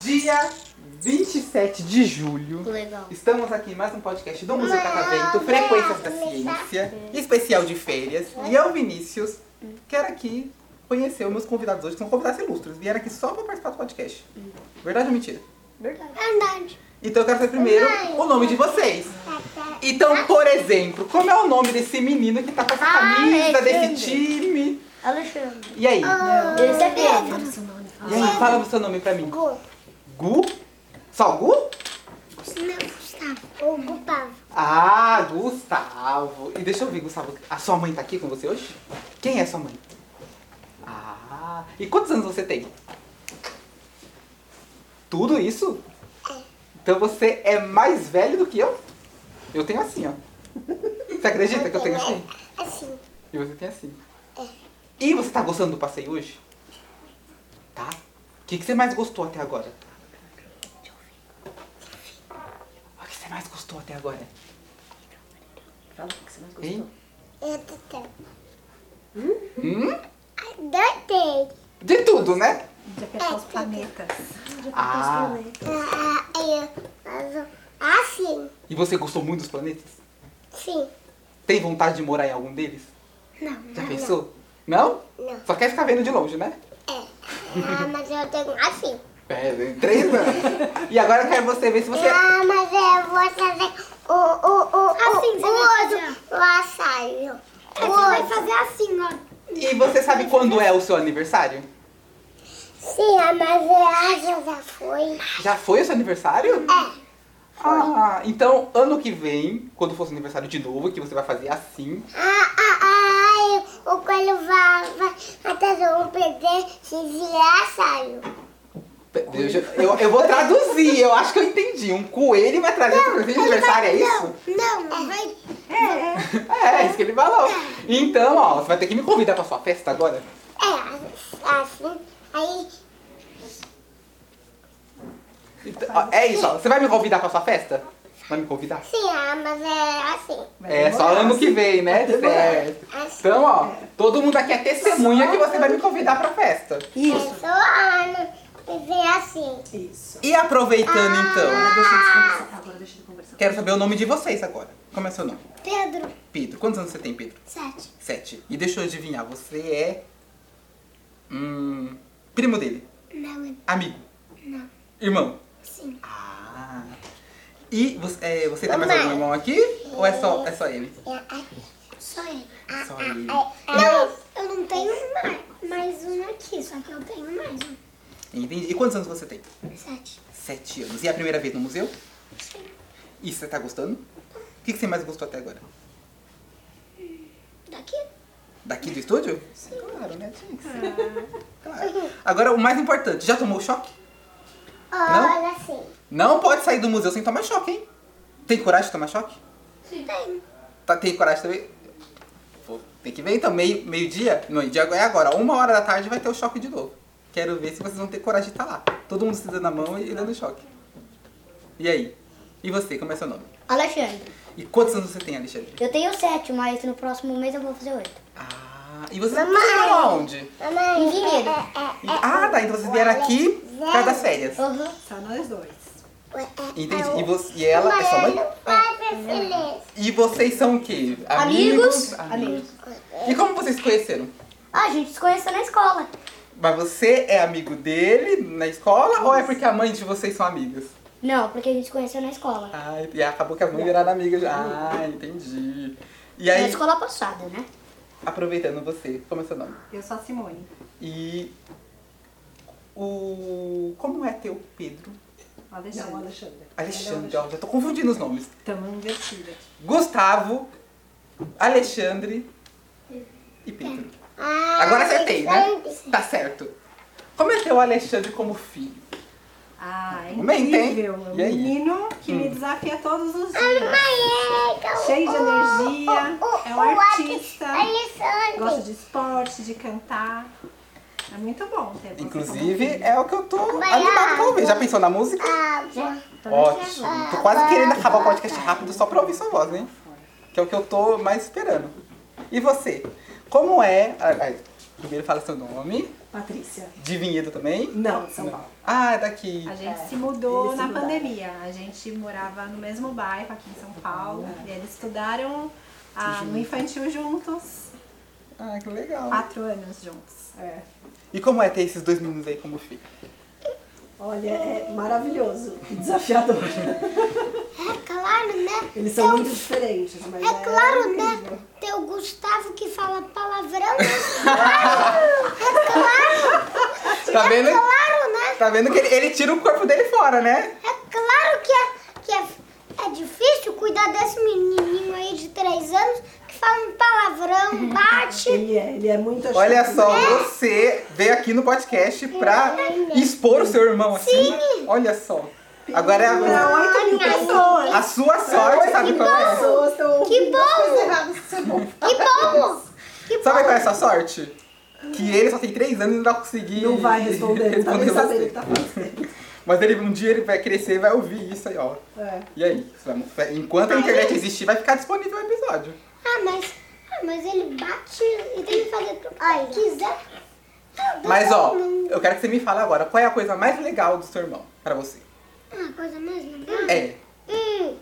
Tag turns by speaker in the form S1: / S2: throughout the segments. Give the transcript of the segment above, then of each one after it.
S1: Dia 27 de julho.
S2: Legal.
S1: Estamos aqui em mais um podcast do Museu
S2: Ah,
S1: Catavento,
S2: é
S1: Frequências da Ciência, especial de férias. E eu, Vinícius, quero aqui conhecer os meus convidados hoje, que são convidados ilustres. Vieram aqui só pra participar do podcast. Verdade ou mentira?
S2: Verdade.
S1: Então eu quero saber primeiro o nome de vocês. Então, por exemplo, como é o nome desse menino que tá com essa camisa, desse
S2: Ah, Alexandre.
S1: time?
S2: Alexandre.
S1: E aí?
S2: Esse é Pedro.
S1: E aí, fala o seu nome pra mim.
S2: Gu.
S1: Gu? Só Gu?
S2: Não, Gustavo. Ou Gustavo.
S1: Ah, Gustavo. E deixa eu ver, Gustavo, a sua mãe tá aqui com você hoje? Quem é sua mãe? Ah, e quantos anos você tem? Tudo isso? Então você é mais velho do que eu? Eu tenho assim, ó. Você acredita que eu tenho assim?
S2: Assim.
S1: E você tem assim. E você tá gostando do passeio hoje? Tá. O que, que você mais gostou até agora? O que você mais gostou até agora?
S3: Fala o que você mais gostou.
S1: Hein?
S2: Eu também.
S1: Hum?
S2: Adorei.
S1: De tudo, né?
S3: De apertar os planetas.
S1: Ah.
S2: Ah, eu- mas- Ah, sim.
S1: E você gostou muito dos planetas?
S2: Sim.
S1: Tem vontade de morar em algum deles?
S2: Não.
S1: Já pensou? Não?
S2: Não.
S1: Só quer ficar vendo de longe, né?
S2: Ah, mas eu tenho assim.
S1: É, três anos. E agora eu quero você ver se você.
S2: Ah, mas eu vou fazer o, o, o, assim, o, o outro. O assaio. O vai fazer assim, ó.
S1: E você sabe quando é o seu aniversário?
S2: Sim, a maseragem já foi.
S1: Já foi o seu aniversário?
S2: É.
S1: Ah, então ano que vem, quando for seu aniversário de novo, que você vai fazer assim.
S2: Ah, ah, ah, eu- o coelho vai, vai atrasou um presente se virar, saiu.
S1: Eu, já- eu- eu vou traduzir, eu acho que eu entendi. Um coelho vai trazer pra presente de aniversário, é isso?
S2: Não, vai.
S1: É, é isso que ele falou. Então, ó, você vai ter que me convidar pra sua festa agora.
S2: É, assim. Aí,
S1: Então, ó, é isso, ó. Você vai me convidar pra sua festa? Vai me convidar?
S2: sim, a maseragem
S3: Vai
S1: É, só
S3: demorar,
S1: ano que vem, né?
S3: Vai demorar.
S1: Certo.
S2: assim.
S1: Então, ó, todo mundo aqui é testemunha que você vai me convidar pra festa.
S2: É
S3: Isso.
S2: só ano e vem assim.
S3: Isso.
S1: E aproveitando, então,
S3: Deixa eles conversar. Agora deixa ele conversar.
S1: quero saber o nome de vocês agora. Como é seu nome?
S2: Pedro,
S1: Pedro. Quantos anos você tem, Pedro?
S2: sete.
S1: Sete. E deixa eu adivinhar, você é. Hum. Primo dele.
S2: Não,
S1: Amigo. Irmão.
S2: sim.
S1: Ah. E você, é, você tem mais
S2: Mamãe.
S1: algum irmão aqui? Ou é só, é só ele?
S2: É, é, só ele. Ah,
S1: Só
S2: ah,
S1: ele.
S2: ah, ah. Não, eu não tenho mais, mais um aqui, só que eu tenho mais um.
S1: Entendi. E quantos anos você tem?
S2: Sete.
S1: Sete anos. E é a primeira vez no museu? E você tá gostando? O que, que você mais gostou até agora?
S2: Daqui?
S1: Daqui do estúdio? Sim. Claro, né? Tinha que ser. Claro. Agora, o mais importante, já tomou choque?
S2: Olha assim.
S1: Não pode sair do museu sem tomar choque, hein? Tem coragem de tomar choque?
S2: Tem.
S1: Tá, tem coragem também? Pô, Tem que ver então, meio- meio-dia? Meio-dia é agora, ó, uma hora da tarde vai ter o choque de novo. Quero ver se vocês vão ter coragem de estar lá. Todo mundo se dando a mão e dando choque. E aí? E você, como é seu nome?
S4: Alexandre,
S1: E quantos anos você tem, Alexandre?
S4: eu tenho sete, mas no próximo mês eu vou fazer oito.
S1: Ah, e você vai trabalhar lá onde? E-
S2: Mamãe.
S4: Engenheiro.
S2: É,
S1: Ah, tá, então vocês vieram aqui por causa das férias.
S4: Aham.
S3: Só nós dois.
S2: é, é,
S1: Entendi. E, você, e ela é sua mãe?
S2: Vai
S4: Ah.
S2: pra silêncio.
S1: E vocês são o quê?
S4: Amigos?
S1: Amigos. E como vocês se conheceram?
S4: Ah, a gente se conheceu na escola.
S1: Mas você é amigo dele na escola ou é porque a mãe de vocês são amigas?
S4: Não, porque a gente se conheceu na escola.
S1: Ah, e acabou que a mãe viraram amiga já. Ah, entendi. E
S4: Na
S1: aí,
S4: escola passada, né?
S1: aproveitando você, como é seu nome?
S3: Eu sou a Simone.
S1: E o... como é teu Pedro?
S3: Alexandre. Não, Alexandre.
S1: Alexandre, ó, já tô confundindo os nomes.
S3: Estamos invertida.
S1: Gustavo, Alexandre e Pedro.
S2: Ah,
S1: Agora acertei, né?
S2: Alexandre.
S1: Tá certo. Como é ter o Alexandre como filho?
S3: Ah, é
S1: Comenta, hein?
S3: incrível. É um
S1: E aí? Hum.
S3: menino que me desafia todos os dias.
S2: Mãe, então,
S3: Cheio de
S2: o-
S3: energia.
S2: o-
S3: É
S2: o
S3: um artista.
S2: é Alexandre.
S3: Gosta de esporte, de cantar. É É muito bom ter você
S1: Inclusive, é o que eu tô
S2: Vai
S1: animado pra ouvir. Já pensou na música?
S2: água.
S3: Tá
S1: Ótimo. Tô quase querendo acabar o podcast rápido só pra ouvir sua voz, hein? Que é o que eu tô mais esperando. E você? Como é. ah, ah, Primeiro fala seu nome.
S5: Patrícia.
S1: De Vinhedo também?
S5: Não, São Paulo.
S1: Ah, é daqui.
S3: A gente
S5: É,
S3: se mudou
S5: eles se
S3: na
S5: mudaram.
S3: pandemia. A gente morava no mesmo bairro aqui em São Paulo.
S5: Ah.
S3: E eles estudaram ah, no infantil juntos,
S1: Ah, que legal.
S3: quatro anos juntos.
S5: É.
S1: E como é ter esses dois meninos aí como filho?
S5: Olha, é maravilhoso e desafiador. né?
S2: É claro, né?
S5: Eles são muito diferentes, mas
S2: É claro,
S5: incrível.
S2: né? Tem o Gustavo que fala palavrão. né?
S1: Tá vendo?
S2: claro, né?
S1: Tá vendo que ele, ele tira o corpo dele fora, né?
S2: É claro que é, que é, é difícil cuidar desse menininho aí de três anos que fala um palavrão, bate.
S5: Ele é, ele é muito
S1: Olha
S5: achado.
S1: só, você veio aqui no podcast pra expor o seu irmão assim.
S2: Sim.
S1: Olha só. Agora é
S5: Pra
S1: a,
S5: 8 mil pessoas.
S1: a sua sorte, sabe qual
S5: As
S1: é?
S5: pessoas estão
S2: Que bom! Que bom! Que
S1: Sabe qual é
S2: bom!
S1: essa sorte? Que ele só tem três anos e não vai conseguir.
S5: Não vai responder, não tá nem
S1: responder
S5: sabendo o
S1: você.
S5: que tá fazendo.
S1: Mas ele, um dia ele vai crescer e vai ouvir isso aí, ó.
S5: É.
S1: E aí? Você vai- Enquanto a internet existir, vai ficar disponível o episódio.
S2: Ah, mas, ah, mas ele bate e tem que fazer tudo que quiser. Ah,
S1: Mas
S2: não,
S1: ó,
S2: não.
S1: eu quero que você me fale agora, qual é a coisa mais legal do seu irmão pra você?
S2: Ah, coisa mais legal.
S1: É.
S2: Hum.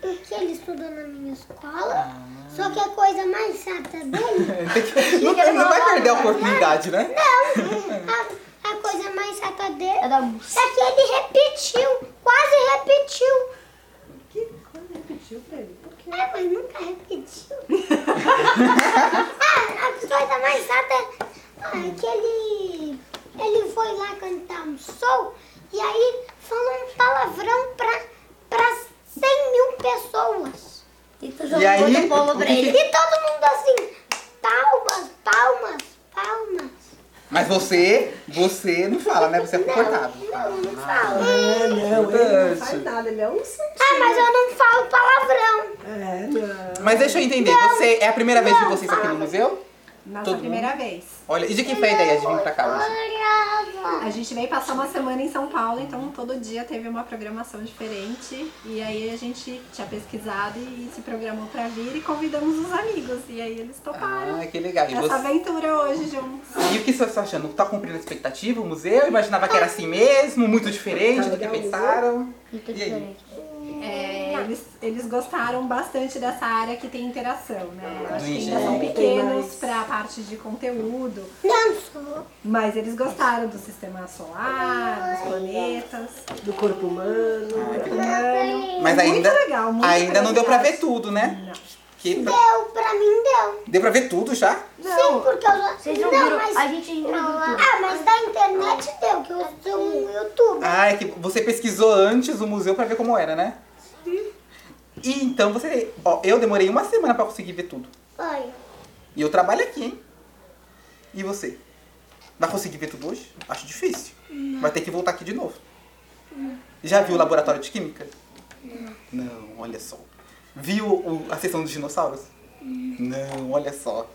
S2: Porque ele estudou na minha escola.
S1: Ah.
S2: Só que a coisa mais chata dele.
S1: Não, não vai perder a oportunidade, né?
S2: a, a coisa mais chata dele
S4: Eu dou-
S2: é que ele repetiu. Quase repetiu.
S5: Que coisa repetiu pra ele? Por quê?
S2: Ah, mas nunca repetiu. ah, a coisa mais chata é que ele, ele foi lá cantar um show e aí falou um palavrão pra, pra 100 mil pessoas.
S4: E todo
S1: E aí?
S4: mundo povo pra
S2: E
S4: ele.
S2: todo mundo assim, palmas, palmas, palmas.
S1: Mas você, você não fala, né? Você é comportado.
S2: Não, não falo.
S1: Ah.
S5: É, não, ele não faz
S1: Verdade.
S5: nada, ele é um santinho.
S2: Ah, mas eu não falo palavrão.
S5: É, não.
S1: Mas deixa eu entender, você é a primeira vez de vocês aqui no museu?
S3: Nossa
S1: Todo
S3: primeira vez.
S1: Olha, e de quem foi a ideia de vir pra cá hoje? Ah.
S2: Brava.
S3: A gente veio passar uma semana em São Paulo, então todo dia teve uma programação diferente. E aí a gente tinha pesquisado e se programou pra vir e convidamos os amigos. E aí eles toparam
S1: Ah, que legal. E,
S3: essa
S1: você-
S3: aventura hoje juntos.
S1: e o que você tá achando? Tá cumprindo a expectativa? O museu? Eu imaginava que era assim mesmo, muito diferente
S5: Tá
S1: do que
S5: legal,
S1: pensaram.
S4: Muito
S1: E aí?
S4: diferente.
S3: É, eles, eles gostaram bastante dessa área que tem interação, né? Eu Acho que ainda
S1: Engenharia.
S3: são
S5: Mas-
S3: pequenos para a parte de conteúdo,
S2: Dançou.
S3: mas eles gostaram do sistema solar, dos planetas,
S5: Do corpo humano. É,
S3: do humano.
S1: Mas ainda,
S3: muito legal, muito
S1: ainda não deu pra ver
S3: legal.
S1: tudo, né?
S3: Não.
S1: Que-
S2: Deu, pra mim deu.
S1: deu pra ver tudo já?
S2: Sim, porque eu já...
S4: Vocês não
S2: Não,
S4: viram?
S2: mas-
S4: A gente é ainda não viu tudo.
S2: Ah, mas da internet deu, que eu sou um YouTube.
S1: Ah, é que você pesquisou antes o museu pra ver como era, né? E então você. Ó, eu demorei uma semana pra conseguir ver tudo.
S2: Olha,
S1: E eu trabalho aqui, hein? E você? Vai conseguir ver tudo hoje? Acho difícil. Vai ter que voltar aqui de novo. Já viu o laboratório de química? Não. Não, olha só. Viu o- a sessão dos dinossauros? Não, olha só.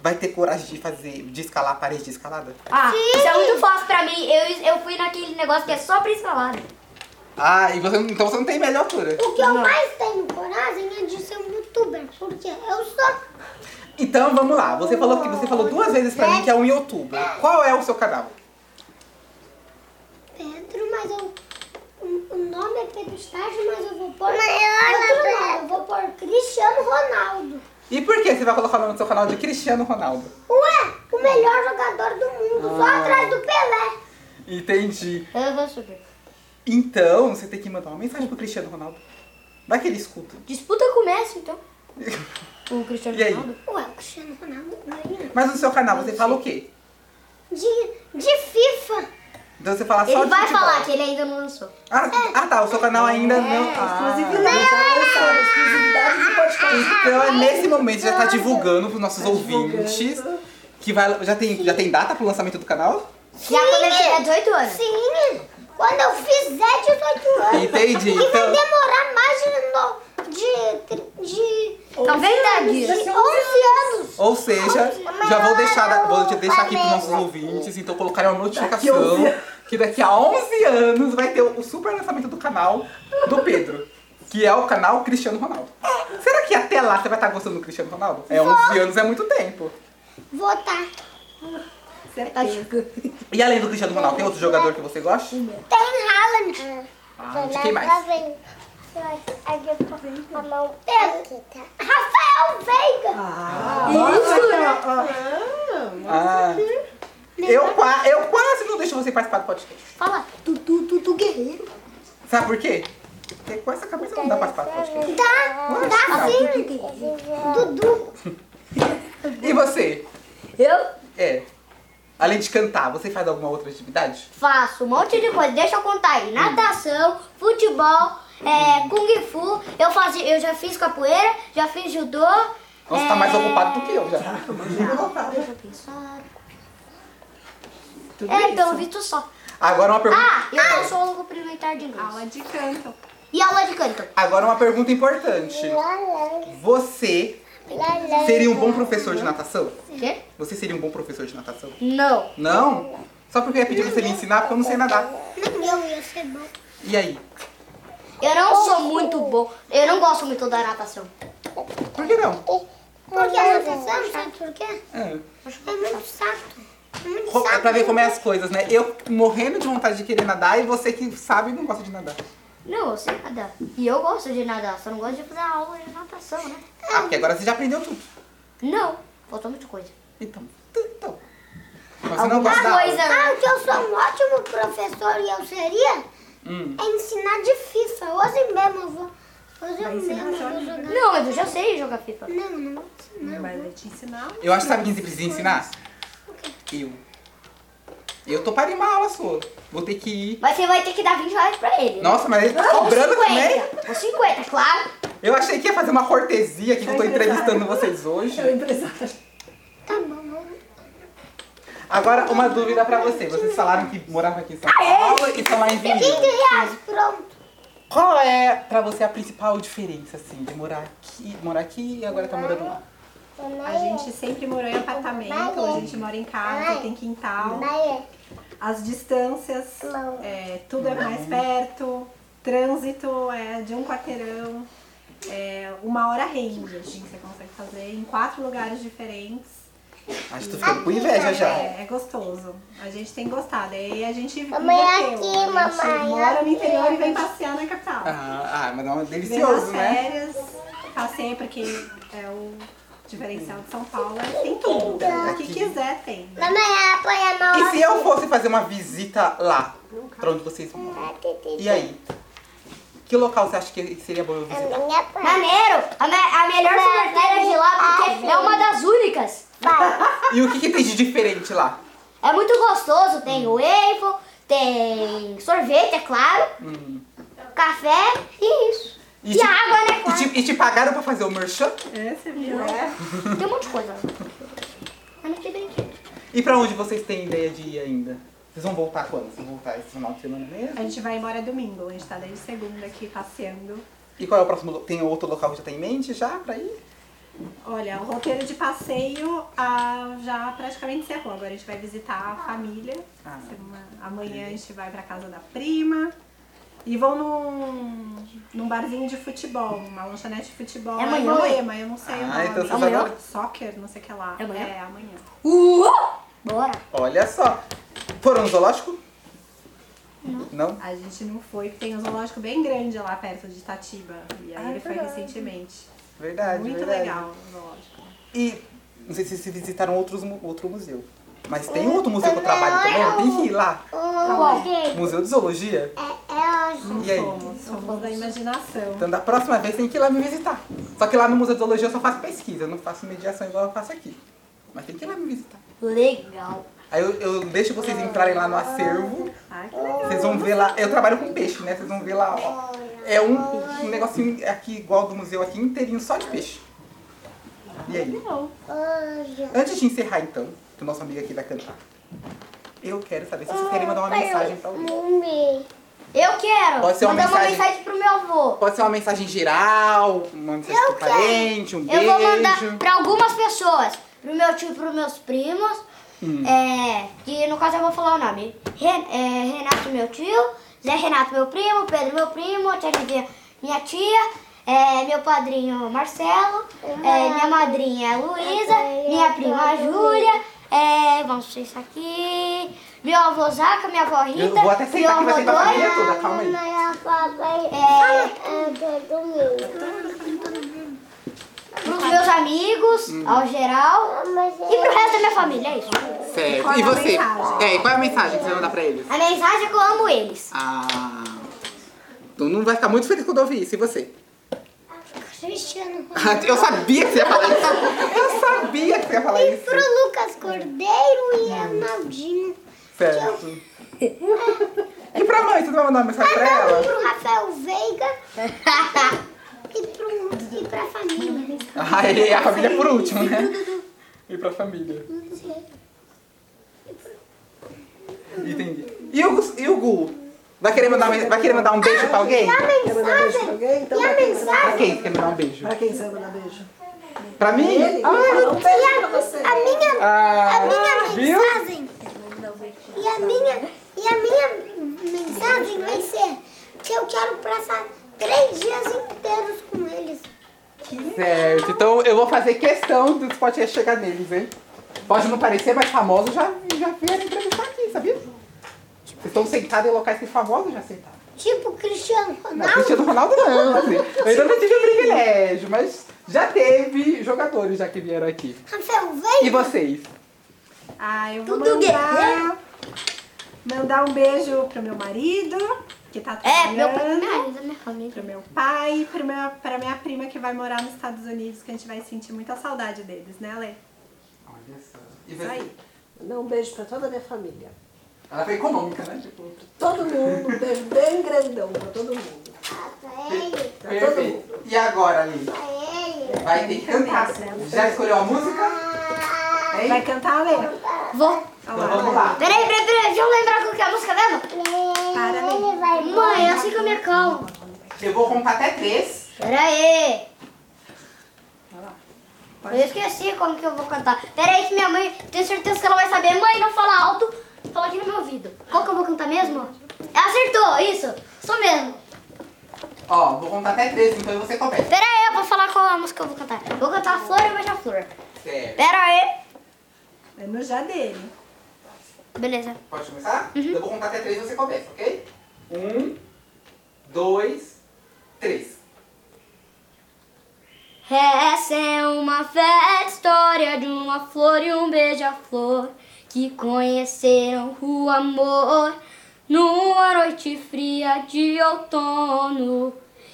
S1: Vai ter coragem de fazer, de escalar a parede de escalada?
S4: Ah, isso é muito fácil pra mim. Eu, eu fui naquele negócio que é só pra escalada.
S1: Ah, e você, então você não tem melhor altura.
S2: o que eu mais tenho coragem é de ser um youtuber, porque eu sou
S1: Então vamos lá, você falou que você falou duas vezes pra mim que é um youtuber. Qual é o seu canal?
S2: Pedro, mas eu... O o nome é Pedro Estágio, mas eu vou pôr
S4: é
S2: outro nome. Eu vou pôr Cristiano Ronaldo.
S1: E por que você vai colocar o nome do seu canal de Cristiano Ronaldo?
S2: Ué, o melhor jogador do mundo, só
S4: Ah.
S2: atrás do Pelé.
S1: Entendi.
S4: Eu vou super.
S1: Então você tem que mandar uma mensagem pro Cristiano Ronaldo. Vai que ele escuta.
S4: Disputa com o Messi, então. O Cristiano
S1: E aí?
S4: Ronaldo.
S2: Ué, o Cristiano Ronaldo é ganha
S1: Mas no seu canal você fala o quê?
S2: de, de FIFA.
S1: Então você fala só
S4: Ele
S1: de
S4: vai
S1: futebol.
S4: falar É. que ele ainda não lançou.
S1: Ah, ah tá, o seu canal ainda não. Ah,
S5: É, Exclusividade, é um sabe? exclusividade do podcast.
S1: então é nesse momento já tá divulgando pros nossos ouvintes.
S5: Tá divulgando.
S1: Que vai, já, tem, já tem data pro lançamento do canal?
S4: Já quando ele tiver 18 anos.
S2: é. Sim, quando eu fizer 18 anos.
S1: Entendi,
S2: E vai
S1: então-
S2: demorar mais de, no, de, tri- de,
S4: Talvez daqui.
S2: de 11 anos.
S1: Ou seja,
S2: Mas
S1: Já vou deixar, vou te deixar aqui pros nossos ouvintes, então colocarem uma notificação
S5: 11
S1: que daqui a 11 anos vai ter o super lançamento do canal do Pedro, que é o canal Cristiano Ronaldo. Será que até lá você vai estar gostando do Cristiano Ronaldo? É 11 anos, é muito tempo.
S2: Votar.
S3: Certeza.
S1: E além do Cristiano Ronaldo, tem outro jogador que você gosta?
S2: Tem Haaland.
S1: Ah, de quem mais?
S2: A mão aqui, tá? Rafael Veiga.
S5: Ah, isso,
S1: Ah, eu, qua- eu quase não deixo você participar do podcast.
S2: Fala. Tu, tu, tu, tu, guerreiro.
S1: Sabe por quê? Porque com essa cabeça não dá pra participar do podcast.
S2: Dá, dá sim. Dudu.
S1: E você?
S4: Eu
S1: É. Além de cantar, você faz alguma outra atividade?
S4: faço um monte de coisa, deixa eu contar aí. Natação, futebol, é, kung fu, eu, faço, eu já fiz capoeira, já fiz judô.
S1: Nossa,
S4: é,
S1: tá mais ocupado do que eu já.
S4: Deixa eu pensar.
S5: Tudo
S4: É,
S5: isso.
S4: pelo visto só.
S1: Agora uma pergunta.
S4: Ah, eu não sou complementar de inglês.
S3: Aula de canto.
S4: E aula de canto?
S1: Agora uma pergunta importante. Você seria um bom professor de natação?
S4: Quê?
S1: Você seria um bom professor de natação?
S4: Não.
S1: Não? Só porque eu ia pedir pra você me ensinar porque eu não sei nadar.
S2: Nem eu ia ser bom.
S1: E aí?
S4: Eu não sou muito bom. Eu não gosto muito da natação.
S1: Por que não?
S2: Porque é a natação, sabe por quê?
S1: É.
S2: É muito chato. É muito
S1: Co-
S2: chato.
S1: Pra ver como é as coisas, né? Eu morrendo de vontade de querer nadar e você que sabe não gosta de nadar.
S4: Não, eu sei nadar. E eu gosto de nadar, só não gosto de fazer aula de natação, né?
S1: Ah, porque agora você já aprendeu tudo.
S4: Não. Faltou muita coisa.
S1: Então, então. Mas Você não
S4: Alguma
S1: gosta da aula.
S4: coisa.
S2: Ah, o que eu sou um ótimo professor e eu seria
S1: Hum.
S2: é ensinar de FIFA. Hoje mesmo eu vou. Hoje eu
S5: ensinar
S2: mesmo
S5: só
S2: vou
S5: de
S2: jogar.
S4: Não, mas eu já sei jogar FIFA.
S2: Não, não vou ensinar.
S5: né?
S3: Mas vai te ensinar.
S1: Eu acho que sabe quem você precisa ensinar? Eu. Eu toparia uma aula sua. Vou ter que ir.
S4: Mas você vai ter que dar 20 reais pra ele. né?
S1: Nossa, mas ele tá
S4: Ou
S1: cobrando também?
S4: Ou 50, claro.
S1: Eu achei que ia fazer uma cortesia aqui que eu tô
S5: É
S1: entrevistando
S5: empresário.
S1: vocês hoje.
S5: É o empresário.
S2: Tá bom, vamos.
S1: Agora, uma dúvida pra você. Vocês falaram que moravam aqui em São Paulo e estão lá em Vinícius.
S2: Reais, pronto.
S1: Qual é pra você a principal diferença, assim, de morar aqui, morar aqui e agora tá morando lá?
S3: A gente sempre morou em apartamento, a gente mora em casa, tem quintal.
S1: É.
S3: As distâncias, é, tudo é mais perto, trânsito é de um quarteirão, é, uma hora rende, assim, você consegue fazer em quatro lugares diferentes.
S1: Acho que tu ficando com inveja já.
S3: É, é gostoso. A gente tem gostado. E a gente
S2: Mamãe, é
S3: inverteu.
S2: aqui,
S3: né? a gente
S2: mamãe, é
S3: mora no
S2: aqui.
S3: interior e vem passear na capital.
S1: Ah, ah, mas é
S3: Vem nas
S1: delicioso, né?
S3: férias, passeia porque é o diferencial de São Paulo, é tem tudo.
S2: Então,
S3: O que quiser tem.
S2: Né? Mamãe, põe a mão.
S1: E se eu fosse fazer uma visita lá, pra onde vocês
S2: Tá,
S1: moram? E aí? Que local você acha que seria bom eu visitar?
S2: minha
S4: Maneiro. A, me- a melhor sorveteria de lá, porque é uma das únicas.
S1: E o que, que tem de diferente lá?
S4: É muito gostoso. Tem waffle, tem sorvete, é claro. Café e isso. E,
S1: te-
S4: água, né?
S1: Hum. E
S4: Claro.
S1: te, e te pagaram pra fazer o merchan?
S3: É, você viu?
S4: Tem um monte de coisa lá. Mas não tem brinquedo.
S1: E pra onde vocês têm ideia de ir ainda? Vocês vão voltar quando? Vocês vão voltar esse final de semana
S3: A
S1: mesmo?
S3: gente vai embora domingo, a gente tá desde segunda aqui passeando.
S1: E qual é o próximo? lo- Tem outro local que já tem em mente já pra ir?
S3: Olha, o roteiro de passeio ah, já praticamente encerrou. Agora a gente vai visitar a família.
S1: Ah.
S3: Semana- Amanhã a gente vai pra casa da prima. E vão num, num barzinho de futebol, uma lanchonete de futebol.
S4: É
S3: em
S4: amanhã,
S3: Moema, eu não sei o
S1: Ah,
S3: nome. É
S1: então você
S4: Amanhã?
S1: vai-
S3: Soccer, não sei o que lá.
S4: É amanhã?
S3: É, amanhã.
S4: Uh! Bora.
S1: Olha só. Foram no zoológico? Não.
S3: A gente não foi, porque tem um zoológico bem grande lá perto de Itatiba. E
S4: Ah, é
S3: aí ele foi recentemente.
S1: Verdade,
S3: Muito
S1: verdade.
S3: legal o zoológico.
S1: E não sei se vocês visitaram outros, mu- outro museu. Mas tem
S3: Hum.
S1: outro museu que eu trabalho também, tem que ir lá.
S4: Qual?
S1: Museu de Zoologia.
S3: É. Não
S1: E aí?
S3: fomos, fomos da imaginação.
S1: Então da próxima vez tem que ir lá me visitar. Só que lá no Museu de Zoologia eu só faço pesquisa, eu não faço mediação igual eu faço aqui. Mas tem que ir lá me visitar.
S4: Legal.
S1: Aí eu, eu deixo vocês entrarem lá no acervo,
S3: Ai, que legal.
S1: vocês vão ver lá. Eu trabalho com peixe, né? Vocês vão ver lá, ó. É um, um negocinho aqui igual do museu aqui inteirinho, só de peixe. E aí?
S3: Não.
S1: Antes de encerrar então, que o nosso amigo aqui vai cantar. Eu quero saber se vocês querem mandar uma
S3: Ah,
S1: mensagem pra alguém.
S4: Eu quero
S1: Pode ser uma
S4: mandar uma
S1: mensagem.
S4: mensagem pro meu avô.
S1: Pode ser uma mensagem geral, uma mensagem pro parente, um
S4: Eu
S1: beijo.
S4: vou mandar pra algumas pessoas. pro meu tio e pros meus primos.
S1: Hum.
S4: É, que no caso eu vou falar o nome. Ren- é, Renato, meu tio, Zé Renato, meu primo, Pedro, meu primo, Tia Livinha, minha tia, é, meu padrinho Marcelo, é, minha madrinha Luísa, minha prima Júlia, é, vamos pensar aqui, meu avô Zaca, minha avó Rita,
S1: Eu vou até
S4: meu
S1: sentar aqui, vai
S4: avô É,
S1: sentar a família
S4: Dória,
S1: toda, Tá, calma aí.
S2: é,
S4: pros meus amigos,
S1: Hum.
S4: ao geral, e pro resto da minha família, é isso.
S1: Certo.
S3: qual é
S1: E
S3: a
S1: você?
S3: mensagem?
S1: É, e qual é a mensagem que você vai mandar pra eles?
S4: A mensagem é que eu amo eles.
S1: Ah. Tu não vai ficar muito feliz quando eu ouvir isso, e você?
S2: Cristiano
S1: Eu sabia que você ia falar isso. Eu sabia que você ia falar
S2: E
S1: isso.
S2: pro Lucas Cordeiro e Arnaldinho.
S1: Certo. E pra mãe, você não vai mandar uma mensagem pra
S2: E
S1: ela?
S2: pro
S4: É
S2: Rafael Veiga. e, pro, e pra família.
S1: Ai, a família por último, né? E pra família. Entendi. E o, Gus- e o Gu? Vai querer, mandar, uma- vai querer mandar um beijo pra alguém?
S5: Quer mandar beijo pra alguém? Então, pra quem, você vai
S1: Pra
S5: mandar-
S1: quem você quer mandar um beijo?
S5: pra quem você vai mandar beijo?
S1: Pra mim?
S5: Ele?
S1: Ah,
S5: um beijo pra você.
S2: A minha, a
S1: Ah,
S2: É minha
S1: viu?
S2: mensagem. E a minha, e a minha mensagem vai ser que eu quero passar três dias inteiros com eles.
S1: Certo, então eu vou fazer questão do podcast chegar neles, hein? Pode não parecer, mas famosos já, já vieram entrevistar aqui, sabia? Vocês estão sentados em locais que famosos já sentaram.
S2: Tipo Cristiano
S1: Não,
S2: Ronaldo.
S1: Cristiano Ronaldo não, assim. Eu ainda não tive o privilégio, mas já teve jogadores já que vieram aqui.
S2: Rafael
S1: E
S2: Veiga.
S1: vocês?
S3: Ah, eu vou
S4: Tudo
S3: mandar, mandar um beijo pro meu marido, que tá
S4: É,
S3: trabalhando.
S4: meu pai, minha, minha família.
S3: Pro meu pai, pro meu, pra minha prima que vai morar nos Estados Unidos, que a gente vai sentir muita saudade deles, né, Lê?
S1: Olha só.
S3: Isso aí.
S5: Mandar um beijo pra toda a minha família.
S1: Ela foi econômica, né? Tipo,
S5: Todo mundo, um beijo bem grandão pra todo mundo. Pra todo mundo.
S1: perfeito. E agora, Lili? Vai ter que cantar. né? Já escolheu a música? Hein?
S3: Vai cantar, Lê?
S4: Vou.
S3: Olha
S1: Então vamos lá.
S4: Peraí, peraí, peraí, deixa eu lembrar qual que é a música mesmo.
S3: Para, Lê.
S4: Mãe, eu sei é que eu me acalmo.
S1: Eu vou contar até três.
S4: Peraí.
S3: Pode.
S4: Eu esqueci como que eu vou cantar. Peraí que minha mãe, tenho certeza que ela vai saber. Mãe, não fala alto, fala aqui no meu ouvido. Qual que eu vou cantar mesmo? Acertou, isso. Isso mesmo.
S1: Ó, vou contar até três, então você começa.
S4: Peraí, eu vou falar qual é a música eu vou cantar. Eu Vou cantar Flor e Beija Flor.
S1: Certo.
S4: Peraí.
S3: É no já dele.
S4: Beleza.
S1: Pode começar? Eu vou contar até três e você começa, ok? Um, dois, três.
S4: Essa é uma festa história de uma flor e um beija-flor que conheceram o amor numa noite fria de outono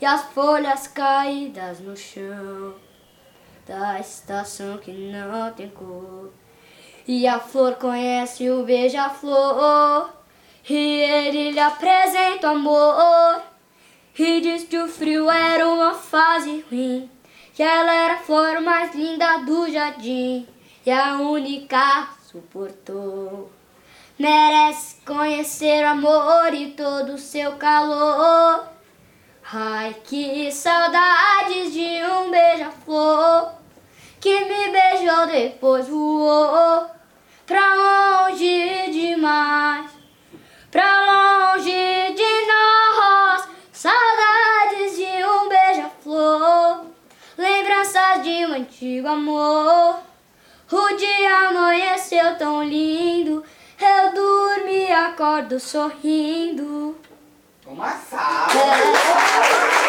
S4: e as folhas caídas no chão da estação que não tem cor. E a flor conhece o beija-flor e ele lhe apresenta o amor. E diz que o frio era uma fase ruim. Que ela era a flor mais linda do jardim. E a única suportou. Merece conhecer o amor e todo o seu calor. Ai, que saudades de um beija-flor que me beijou depois voou. Pra longe demais pra longe de nós. Saudades de um beija-flor, lembranças de um antigo amor. O dia amanheceu tão lindo, eu durmo e acordo sorrindo.
S1: Uma salva.
S4: É.